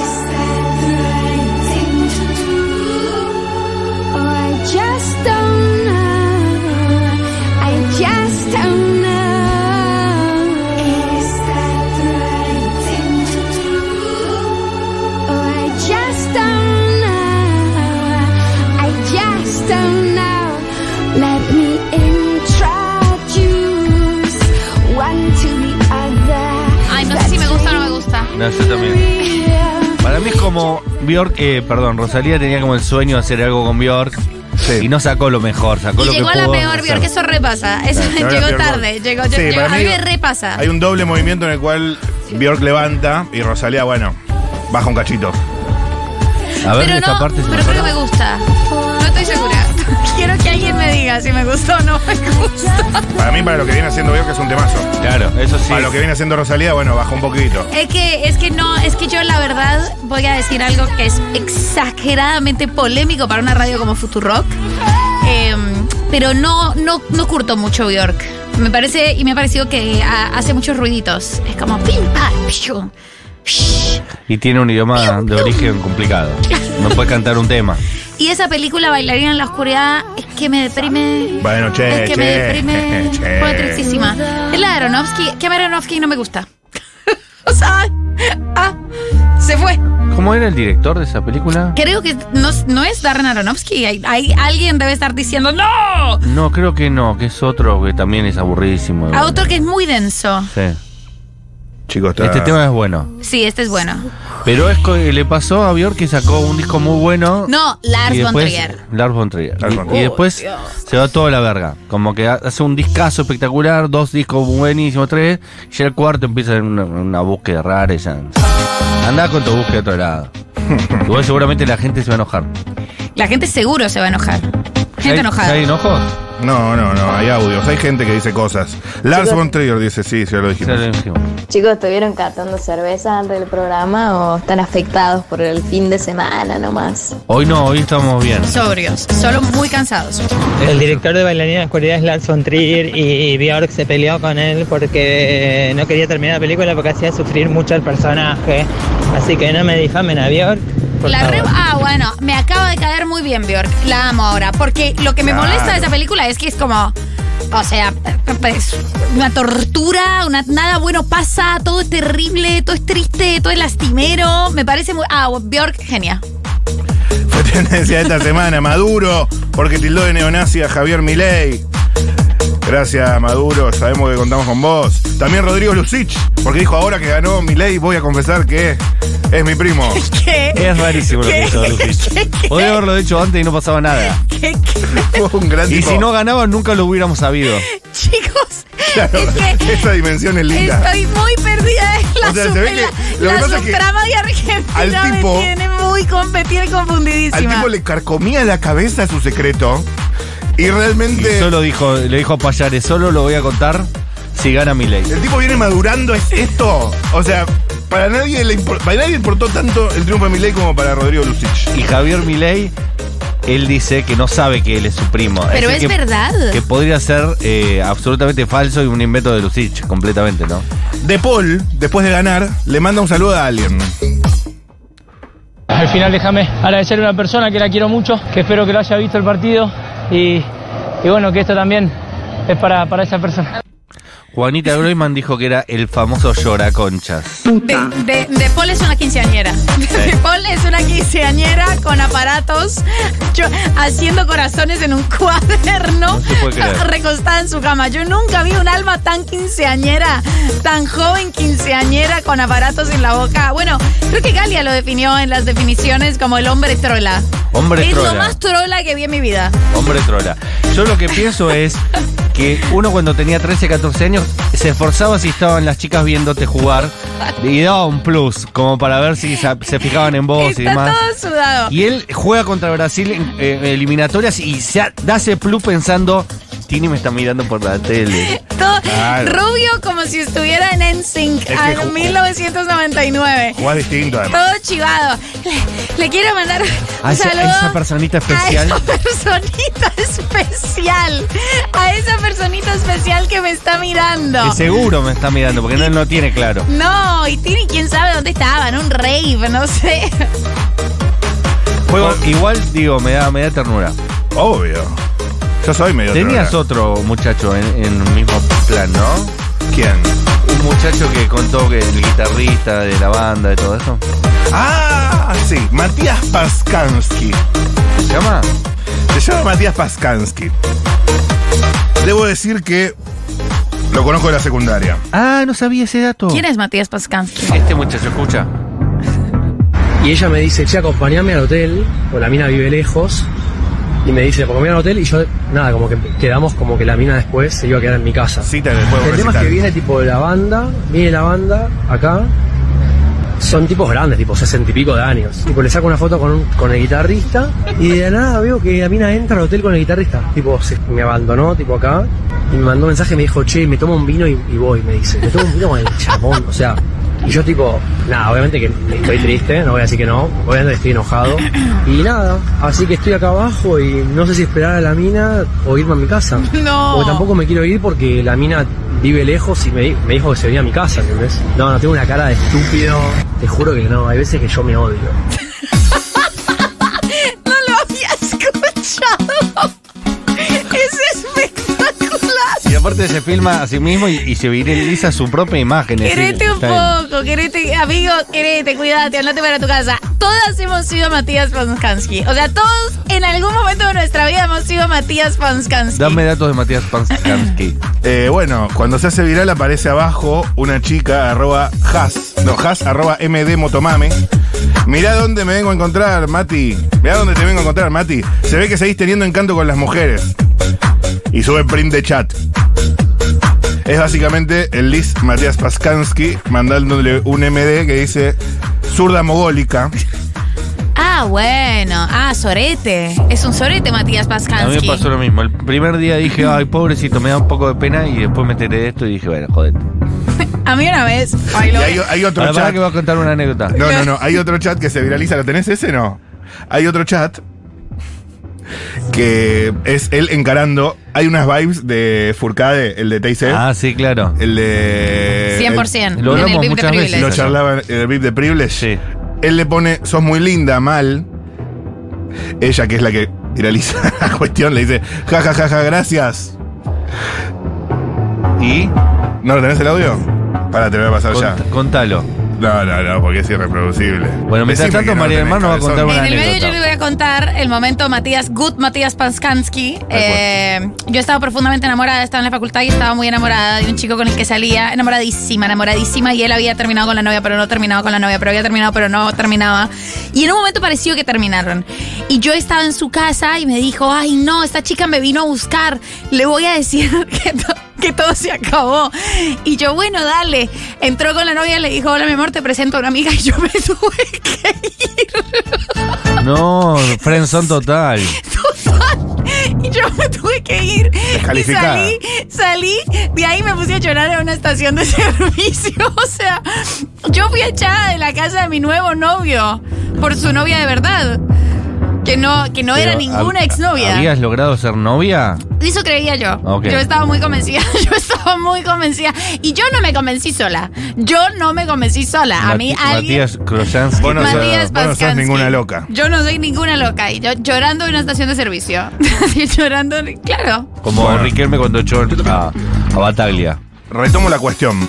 Is that the right thing to do? Or I just don't know. I just don't know. Is that the right thing to do? Oh, I just don't know. I just don't know. Let me introduce one to the other.
Ay, no sé si me gusta o no me gusta.
No, yo también. Para mí es como Bjork, eh, perdón, Rosalía tenía como el sueño de hacer algo con Bjork y no sacó lo mejor, sacó
Y
lo que
llegó a la
pudo
peor,
hacer.
Bjork, eso repasa. Eso
Claro, llegó a la
llegó
peor,
tarde.
Bjork.
Llegó,
Sí,
llegó-
para
a mí
mí
me repasa.
Hay un doble movimiento en el cual Bjork levanta y Rosalía, bueno, baja un cachito.
A ver,
Pero
esta
no,
parte es
pero
una
creo que
parada.
me gusta. No estoy segura. Quiero que alguien me diga si me gustó o no me gusta.
Para mí, para lo que viene haciendo Bjork es un temazo.
Claro, eso sí.
Para lo que viene haciendo Rosalía, bueno, baja un poquito.
Es que, es que no, es que yo la verdad voy a decir algo que es exageradamente polémico para una radio como Futurock. Em, pero no, no, no curto mucho Bjork. Me parece, y me ha parecido que ah, hace muchos ruiditos. Es como pim, pa, piu.
Y tiene un idioma de origen complicado. No puede cantar un tema.
Y esa película Bailarina en la oscuridad es que me deprime.
Bueno, che,
es
che,
que me deprime.
che.
Fue tristísima. Es la de Aronofsky, que a mí Aronofsky no me gusta. o sea, ah, se fue.
¿Cómo era el director de esa película?
Creo que no, no es Darren Aronofsky. Hay, hay- alguien debe estar diciendo ¡No!
No, creo que no, que es otro que también es aburridísimo.
A otro que es muy denso.
Sí.
Chicos, está-
Este tema es bueno.
Sí, este es bueno.
Pero es co- le pasó a Bjork que sacó un disco muy bueno.
No, Lars
y
von
después-
Trier. Oh,
Lars von Trier.
Lars
Y-
von
Y,
Trier.
después se va todo a la verga. Como que ha- hace un discazo espectacular, dos discos buenísimos, tres. Y ya el cuarto empieza en una, una búsqueda rara. y Ya. Andá con tu búsqueda a otro lado. Igual seguramente la gente se va a enojar.
La gente seguro se va a enojar.
¿Ya hay-
Gente enojada.
ya ¿Hay enojos?
No, no, no, hay audios, hay gente que dice cosas. Lars von Trier dice, sí, ya lo dijimos.
Chicos, ¿estuvieron catando cerveza antes del programa o están afectados por el fin de semana nomás?
Hoy no, hoy estamos bien.
Sobrios, solo muy cansados.
El director de Bailarina en la Oscuridad es Lars von Trier y Björk se peleó con él porque no quería terminar la película porque hacía sufrir mucho al personaje. Así que no me difamen a Björk, por
La re-
favor.
ah, bueno, me acaba de caer muy bien Bjork. La amo ahora. Porque lo que me
Claro.
molesta de esa película es que es como. O sea, p- p- es una tortura, una, nada bueno pasa, todo es terrible, todo es triste, todo es lastimero. Me parece muy. Ah, Bjork, genia.
Fue tendencia esta semana, Maduro, porque tildó de neonazi a Javier Milei. Gracias, Maduro. Sabemos que contamos con vos. También Rodrigo Lucich, porque dijo ahora que ganó mi ley, voy a confesar que es mi primo.
¿Qué?
Es rarísimo lo que hizo Lucich. Podría haberlo hecho antes y no pasaba nada.
¿Qué, qué?
Un gran
Y
tipo.
si no ganaba, nunca lo hubiéramos sabido.
Chicos,
Claro,
es que
esa dimensión es linda.
estoy muy perdida en la,
O sea, se
sub-
ve que
la-
lo que
la
pasa es que
subtrama de Argentina
al tipo-
me tiene muy competida y
Al
confundidísima.
tipo le carcomía la cabeza su secreto. Y
Y
realmente.
solo dijo, le dijo a Payares, solo lo voy a contar si gana mi ley.
El tipo viene madurando es esto. O sea, para nadie le impor- para nadie importó tanto el triunfo de Milei como para Rodrigo Lucich.
Y Javier Milei, él dice que no sabe que él es su primo.
Pero es
decir, que-
verdad.
Que podría ser eh, absolutamente falso y un invento de Lucich, completamente, ¿no?
De Paul, después de ganar, le manda un saludo a alguien.
Al final déjame agradecerle a una persona que la quiero mucho, que espero que lo haya visto el partido y, y bueno, que esto también es para, para esa persona.
Juanita Groyman dijo que era el famoso lloraconchas.
De, de Paul es una quinceañera. De Paul es una quinceañera con aparatos yo- haciendo corazones en un cuaderno
No se puede creer.
recostada en su cama. Yo nunca vi un alma tan quinceañera, tan joven quinceañera con aparatos en la boca. Bueno, creo que Galia lo definió en las definiciones como el hombre trola.
Hombre
es
trola.
lo más trola que vi en mi vida.
Hombre trola. Yo lo que pienso es que uno cuando tenía 13, 14 años se esforzaba si estaban las chicas viéndote jugar y daba un plus, como para ver si sa- se fijaban en vos y
Está
demás.
todo sudado.
Y él juega contra Brasil en eh, eliminatorias y se ha- da ese plus pensando, Tini me está mirando por la tele.
Todo
Claro.
rubio como si estuviera en NSYNC
que
al
ju-
1999.
Jugás distinto, además.
Todo chivado. Le, le quiero mandar un
A esa,
saludo
a esa personita especial.
a esa personita especial. A esa personita especial que me está mirando.
Que seguro me está mirando, porque no, él no tiene claro.
No, y Tini, quién sabe dónde estaba, en un rave, no sé.
Juego, igual, digo, me da, me da ternura.
Obvio. Yo soy medio
Tenías
trola.
otro muchacho en, en el mismo plan, ¿no?
¿Quién?
Un muchacho que contó que el guitarrista de la banda, de todo eso.
Ah, sí. Matías Paskansky.
¿Se llama?
Se llama Matías Paskansky. Debo decir que lo conozco de la secundaria.
Ah, no sabía ese dato.
¿Quién es Matías Pascansky?
Este muchacho, escucha.
Y ella me dice, che, acompañame al hotel, porque la mina vive lejos. Y me dice, acompañame al hotel. Y yo, nada, como que quedamos como que la mina después se iba a quedar en mi casa.
después de un
El tema es que
recital.
viene tipo la banda, viene la banda acá. Son tipos grandes, tipo sesenta y pico de años. Tipo, le saco una foto con, un- con el guitarrista y de la nada veo que la mina entra al hotel con el guitarrista. Tipo, se- me abandonó, tipo acá. Y me mandó un mensaje y me dijo, che, me tomo un vino y, y voy, me dice. Me tomo un vino con el chamón, o sea. Y yo tipo, nada, obviamente que estoy triste, no voy a decir que no, obviamente estoy enojado. Y nada, así que estoy acá abajo y no sé si esperar a la mina o irme a mi casa.
No.
Porque tampoco me quiero ir porque la mina vive lejos y me, di- me dijo que se venía a mi casa, ¿entendés? No, no, tengo una cara de estúpido. Te juro que no, hay veces que yo me odio.
No lo había escuchado. Es espectacular.
Y aparte se filma a sí mismo y, y se viraliza su propia imagen. es decir,
Querete un
está bien.
poco, querete, amigo, querete, cuídate, andate para tu casa. Todas hemos sido Matías Panscansky. O sea, todos en algún momento de nuestra vida hemos sido Matías Panscansky.
Dame datos de Matías Panskamsky.
Eh, bueno, cuando se hace viral aparece abajo una chica, arroba has, no, has, arroba md motomame. Mirá dónde me vengo a encontrar, Mati. Mirá dónde te vengo a encontrar, Mati. Se ve que seguís teniendo encanto con las mujeres. Y sube print de chat. Es básicamente el Liz Matías Paskansky mandándole un MD que dice zurda mogólica.
Ah, bueno. Ah, sorete. Es un sorete Matías
A mí me
Panscansky.
pasó lo mismo. El primer día dije, ay, pobrecito, me da un poco de pena. Y después me enteré de esto y dije, bueno, jodete.
A mí una vez. Ay,
Y
lo-
hay, hay otro
Ahora, pará
chat.
que voy a contar una anécdota.
No, no, no. Hay otro chat que se viraliza. ¿Lo tenés ese? No. Hay otro chat que es él encarando. Hay unas vibes de Furcade, el de TIC.
Ah, sí, claro.
El de.
100%,
el-
Lo en el hablamos VIP de muchas veces.
Lo
Privilege.
charlaba en el VIP de Privilege. Él le pone, sos muy linda, mal. Ella, que es la que viraliza la cuestión, le dice, ja, ja, ja, ja, gracias.
¿Y?
¿No lo tenés el audio? Para, te lo voy a pasar ya.
Cont- contalo.
No, no, no, porque es irreproducible. Bueno,
mientras tanto, María del Mar nos va a contar una
En el medio yo les voy a contar el momento Matías Gut, Matías Panskansky. Eh, yo estaba profundamente enamorada, estaba en la facultad y estaba muy enamorada de un chico con el que salía, enamoradísima, enamoradísima, y él había terminado con la novia, pero no terminaba con la novia, pero había terminado, pero no terminaba. Y en un momento pareció que terminaron. Y yo estaba en su casa y me dijo, ay no, esta chica me vino a buscar, le voy a decir que... to- que todo se acabó. Y yo, bueno, dale. Entró con la novia, le dijo, hola, mi amor, te presento a una amiga. Y yo me tuve
No, Frenzón total.
Y yo me tuve que ir. Y
Descalificada.
salí, salí, de ahí me puse a llorar en una estación de servicio. O sea, yo fui echada de la casa de mi nuevo novio por su novia de verdad. Que no, que no era
Pero,
ninguna
¿hab-
exnovia.
¿Habías logrado ser novia?
Eso creía yo.
Ok.
Yo estaba muy convencida. Yo estaba muy convencida. Y yo no me convencí sola. Yo no me convencí sola. A mí
Mati-
alguien.
Matías Kroshansky.
Vos no sos- Matías vos no sos Paskansky. ninguna
loca.
Yo no soy ninguna loca. Y yo llorando en una estación de servicio. Así, llorando. Claro.
Como Riquelme cuando echó a, a Bataglia.
Retomo la cuestión.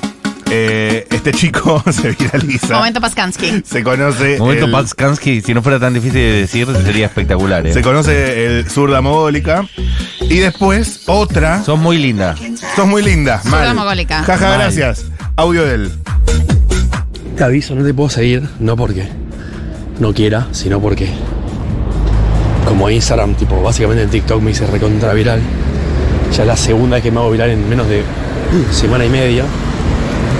Eh, este chico se viraliza.
Momento Paskansky.
Se conoce.
Momento
Eh, el-
Panskansky, si no fuera tan difícil de decir, sería espectacular. ¿eh?
Se conoce el zurda mogólica. Y después otra.
Sos muy linda.
Sos muy linda.
Zurda
mal.
mogólica.
Jaja,
Mal.
gracias. Audio de él.
Te aviso, no te puedo seguir, no porque no quiera, sino porque como Instagram, tipo, básicamente en TikTok me hice recontra viral. Ya es la segunda vez que me hago viral en menos de uh, semana y media.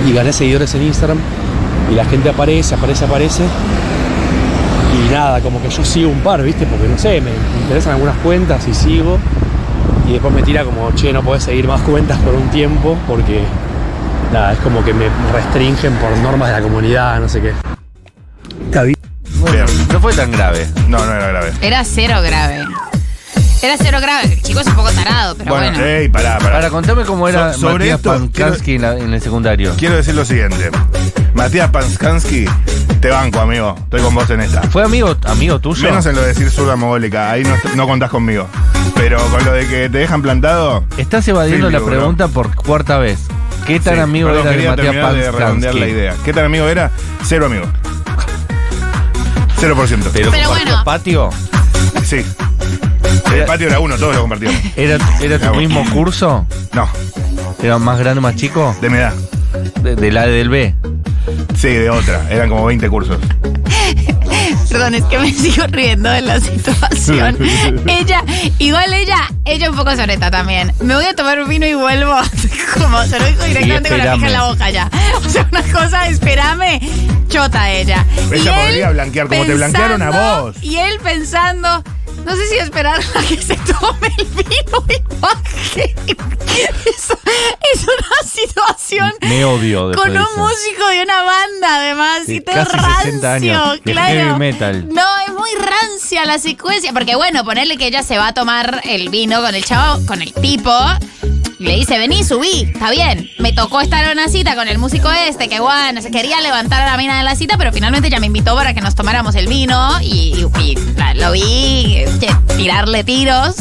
Y gané seguidores en Instagram y la gente aparece, aparece, aparece. Y nada, como que yo sigo un par, ¿viste? Porque no sé, me interesan algunas cuentas y sigo. Y después me tira como, che, no podés seguir más cuentas por un tiempo porque nada, es como que me restringen por normas de la comunidad, no sé qué.
Bien.
No fue tan grave.
No, no era grave.
Era cero grave. Era cero grave. El chico es un poco tarado, pero bueno. eh,
ey, pará, pará.
Ahora, contame cómo era
So- sobre
Matías
esto,
Panskansky en, la- en el secundario.
Quiero decir lo siguiente. Matías Panskansky, te banco, amigo. Estoy con vos en esta.
¿Fue amigo, amigo tuyo?
Menos en lo de decir zurda mogólica. Ahí no, no contás conmigo. Pero con lo de que te dejan plantado.
Estás evadiendo
Sí,
la
bro.
pregunta por cuarta vez. ¿Qué tan
Sí,
amigo
perdón,
era de
quería
Matías
terminar de redondear la
Panskansky?
idea. ¿Qué tan amigo era? Cero amigo. Cero por ciento.
Pero,
Pero
compartió
bueno.
patio.
Sí. El patio era uno, todos lo compartimos.
¿Era, era tu mismo curso?
No.
¿Era más grande, más chico?
De mi edad.
De, del A y del B.
Sí, de otra. Eran como 20 cursos.
Perdón, es que me sigo riendo de la situación. ella, igual ella, ella un poco soreta también. Me voy a tomar un vino y vuelvo. Como se lo dijo directamente con la
espérame.
pija en la boca ya. O sea, una cosa, espérame, chota ella.
Ella podría blanquear como te blanquearon a
pensando-
vos.
Y él pensando, no sé si esperar a que se tome el vino y baje. Es, es una situación.
Me odio después
Con
de
un
eso.
músico de una banda, además,
De
y todo
casi
rancio,
60 años, de
claro.
heavy metal.
No, es muy rancia la secuencia, porque bueno, ponerle que ella se va a tomar el vino con el chavo, con el tipo, y le dice, vení, subí, está bien. Me tocó estar en una cita con el músico este, que bueno, se quería levantar a la mina de la cita, pero finalmente ella me invitó para que nos tomáramos el vino y, y- y la- lo vi eh, tirarle tiros,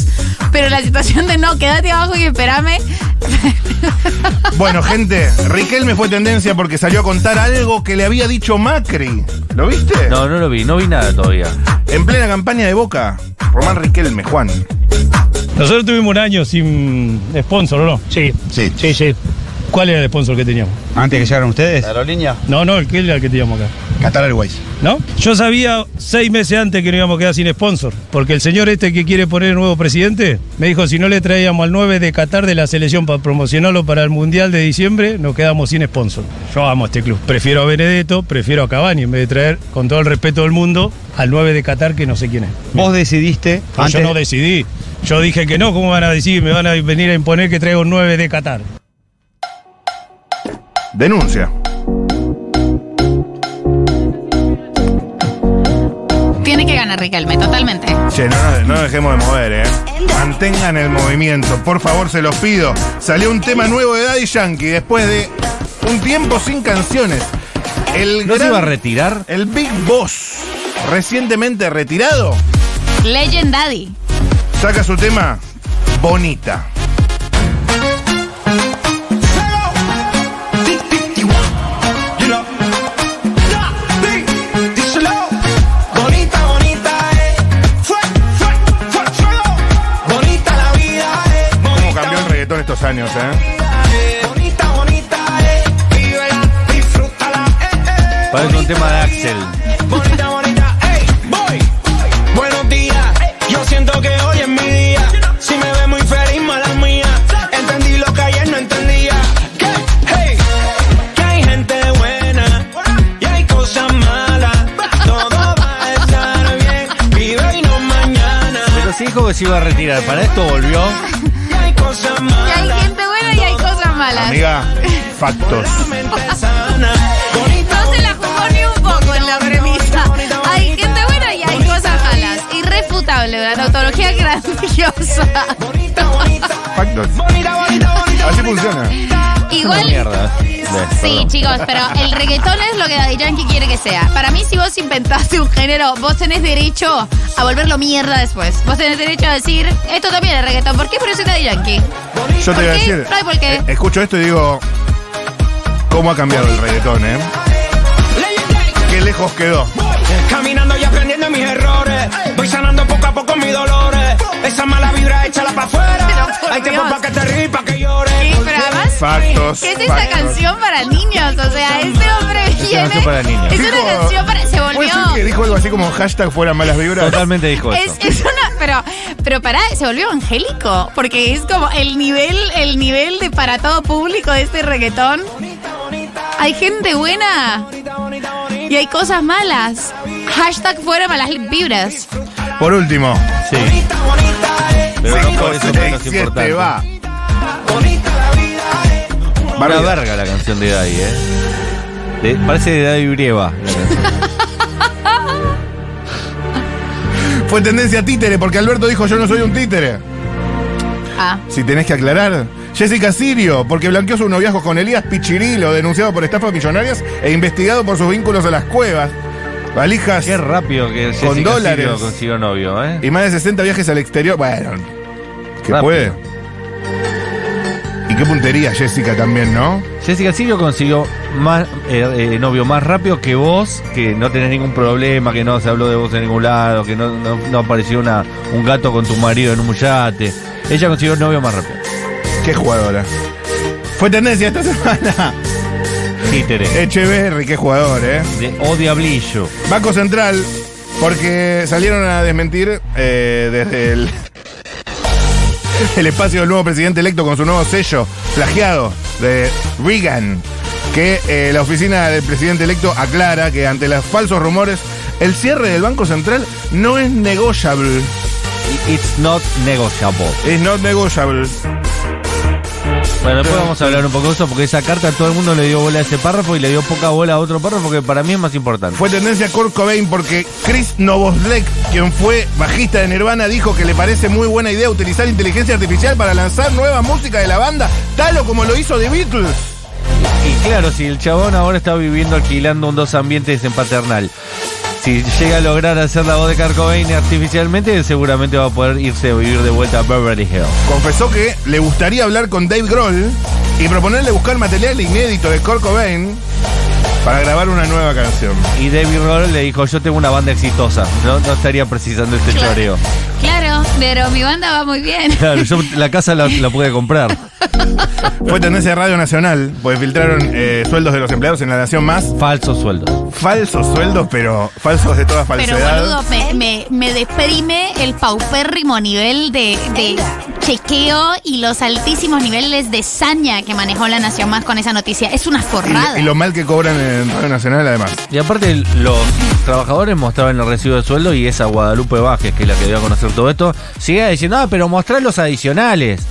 pero la situación de no, quédate abajo y espérame,
Bueno, gente, Riquelme fue tendencia porque salió a contar algo que le había dicho Macri. ¿Lo viste?
No, no lo vi, no vi nada todavía.
En plena campaña de Boca, Román Riquelme, Juan.
Nosotros tuvimos un año sin sponsor, ¿o no? Sí. Sí. Sí, sí. ¿Cuál era el sponsor que teníamos? ¿Antes que llegaron ustedes? ¿Aerolínea? No, no, el que era el que teníamos acá. Qatar Airways. ¿No? Yo sabía seis meses antes que no íbamos a quedar sin sponsor, porque el señor este que quiere poner nuevo presidente me dijo si no le traíamos al 9 de Qatar de la selección para promocionarlo para el Mundial de diciembre, nos quedamos sin sponsor. Yo amo este club. Prefiero a Benedetto, prefiero a Cavani, en vez de traer, con todo el respeto del mundo, al 9 de Qatar que no sé quién es.
Vos decidiste
Pero
antes.
Yo no decidí. Yo dije que no, ¿cómo van a decir? Me van a venir a imponer que traigo un 9 de Qatar.
Denuncia.
tiene que ganar Riquelme, totalmente.
Che, no, nos- no nos dejemos de mover, ¿eh? Mantengan el movimiento, por favor, se los pido. Salió un tema nuevo de Daddy Yankee después de un tiempo sin canciones. El
¿No se
gran-
iba a retirar?
El Big Boss, recientemente retirado,
Legend Daddy.
saca su tema Bonita.
You know,
eh?
para Axel.
Bonita, bonita, ey, voy. Buenos días, yo siento que hoy es mi día. Si me ve muy feliz, mala mía. Entendí lo que ayer no entendía. Que, hey, que hay gente buena y hay cosas malas. Todo va a estar bien, vive y no mañana.
Pero sí dijo que se iba a retirar. Para esto volvió.
Y hay cosas malas.
Y hay gente buena y hay cosas malas.
Amiga, factos.
No se la jugó ni un poco en la premisa. Hay gente buena y hay cosas malas. Irrefutable, una tautología grandiosa.
Factos. Así funciona.
Igual-
Una mierda. Ve,
Sí,
perdón.
chicos, pero el reggaetón es lo que Daddy Yankee quiere que sea. Para mí, si vos inventaste un género, vos tenés derecho a volverlo mierda después. Vos tenés derecho a decir, esto también es reggaetón. ¿Por qué? Pero eso es Daddy Yankee.
Yo te
¿Por
voy a
qué?
decir, eh,
No hay por qué.
escucho esto y digo, ¿cómo ha cambiado el reggaetón, eh? Qué lejos quedó.
Caminando y aprendiendo mis errores. Voy sanando poco a poco mis dolores. Esa mala vibra, échala para afuera. Hay tiempo para que te ríes, para que llores.
Sí, pero además,
Factos.
¿qué es esta
factos.
canción para niños? O sea, este hombre
Es una
viene.
canción para niños.
Es una
Dijo-
canción para. Se
¿Puede ser que
volvió.
dijo algo así como hashtag fueran malas vibras?
Totalmente dijo
Es, es una. Pero, pero pará, se volvió angélico. Porque es como el nivel, el nivel de para todo público de este reggaetón. Hay gente buena y hay cosas malas. Hashtag fuera malas vibras.
Por último.
Sí. Pero no por eso menos importante.
va.
Una verga la canción de Daddy, ¿eh? De- parece de Daddy Brieva. la canción.
Fue tendencia títere porque Alberto dijo yo no soy un títere.
Ah.
Si tenés que aclarar. Jessica Sirio, porque blanqueó su noviazgo con Elías Pichirilo, denunciado por estafas millonarias e investigado por sus vínculos a las cuevas, valijas
Qué rápido que Jessica
con
Sirio
dólares
consiguió novio, ¿eh?
y más de 60 viajes al exterior. Bueno, que
Rápido.
puede. Y qué puntería Jessica también, ¿no?
Jessica Sirio consiguió más, eh, eh, novio más rápido que vos, que no tenés ningún problema, que no se habló de vos en ningún lado, que no, no- no apareció una, un gato con tu marido en un yate. Ella consiguió novio más rápido.
Qué jugadora. Fue tendencia esta semana.
Títere.
Echeverry, qué jugador, ¿eh?
De, o diablillo.
Banco Central, porque salieron a desmentir eh, desde el, el espacio del nuevo presidente electo con su nuevo sello plagiado de Reagan, que eh, la oficina del presidente electo aclara que ante los falsos rumores, el cierre del Banco Central no es negociable.
It's not negotiable.
It's not negotiable.
Bueno, después vamos a hablar un poco de eso, porque esa carta todo el mundo le dio bola a ese párrafo y le dio poca bola a otro párrafo que para mí es más importante.
Fue tendencia Kurt Cobain porque Chris Novoselic, quien fue bajista de Nirvana, dijo que le parece muy buena idea utilizar inteligencia artificial para lanzar nueva música de la banda, tal o como lo hizo The Beatles.
Y claro, si el chabón ahora está viviendo alquilando un dos ambientes en paternal, si llega a lograr hacer la voz de Kurt Cobain artificialmente, seguramente va a poder irse a vivir de vuelta a Beverly Hills.
Confesó que le gustaría hablar con Dave Grohl y proponerle buscar material inédito de Kurt Cobain para grabar una nueva canción.
Y David Roll le dijo, yo tengo una banda exitosa, no, no estaría precisando este
Claro.
choreo.
Claro, pero mi banda va muy bien.
Claro, yo la casa la, la pude comprar.
Fue tendencia a Radio Nacional, pues filtraron eh, sueldos de los empleados en la Nación Más.
Falsos sueldos.
Falsos sueldos, pero falsos de toda
Pero
falsedad.
boludo, me, me, me deprime el paupérrimo nivel de, de chequeo y los altísimos niveles de saña que manejó la Nación Más con esa noticia. Es una
Y lo-
forrada.
y lo mal que cobran en Radio Nacional, además.
Y aparte los trabajadores mostraban el recibo de sueldo y esa Guadalupe Vázquez, que es la que dio a conocer todo esto, seguía diciendo, ah, pero mostrar los adicionales.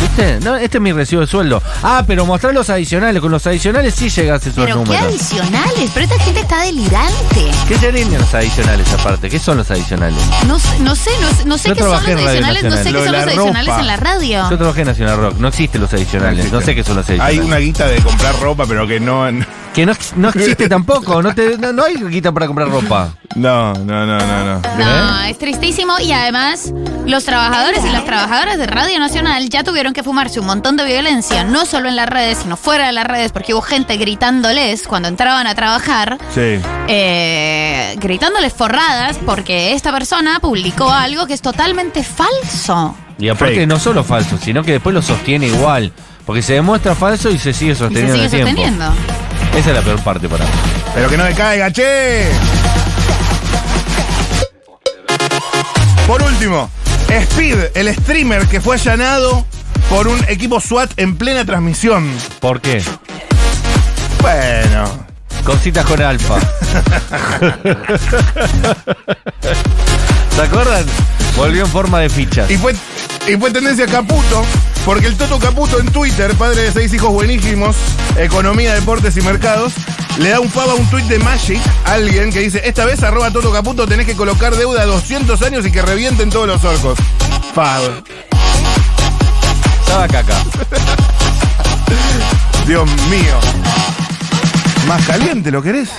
¿Viste? No, este es mi recibo de sueldo. Ah, pero mostrar los adicionales. Con los adicionales sí llegas a esos
pero qué
números.
adicionales, pero esta gente está delirante.
¿Qué serían los adicionales aparte? ¿Qué son los adicionales?
No, sé- no sé, no sé, no sé
Yo
qué son los
trabajé en Radio
adicionales, no sé
Nacional.
qué
Lo de
son los
la
adicionales
ropa.
en la radio.
Yo trabajé en Nacional Rock, no existen los adicionales, no, sé qué son los adicionales.
Hay una guita de comprar ropa, pero que no. No,
Que no, ex- no existe tampoco, no, te- no- no hay guita para comprar ropa.
no, no, no. no.
No, es tristísimo y además los trabajadores y las trabajadoras de Radio Nacional ya tuvieron que fumarse un montón de violencia, no solo en las redes, sino fuera de las redes, porque hubo gente gritándoles cuando entraban a trabajar,
Sí.
eh, gritándoles forradas porque esta persona publicó algo que es totalmente falso.
Y aparte no solo falso, sino que después lo sostiene igual. Porque se demuestra falso y se sigue
Y se
sosteniendo.
sigue
en el tiempo.
sosteniendo.
Esa es la peor parte para mí.
Pero que no decaiga, che. Por último, Speed, el streamer que fue allanado por un equipo SWAT en plena transmisión.
¿Por qué?
Bueno.
Cositas con alfa. ¿Se acuerdan? Volvió en forma de fichas.
Y fue, y fue tendencia Caputo, porque el Toto Caputo en Twitter, padre de seis hijos buenísimos, economía, deportes y mercados, le da un pavo a un tuit de Magic, alguien que dice, esta vez arroba Toto Caputo tenés que colocar deuda a 200 años y que revienten todos los orcos. Pavo.
Estaba caca.
Dios mío. Más caliente, ¿lo querés?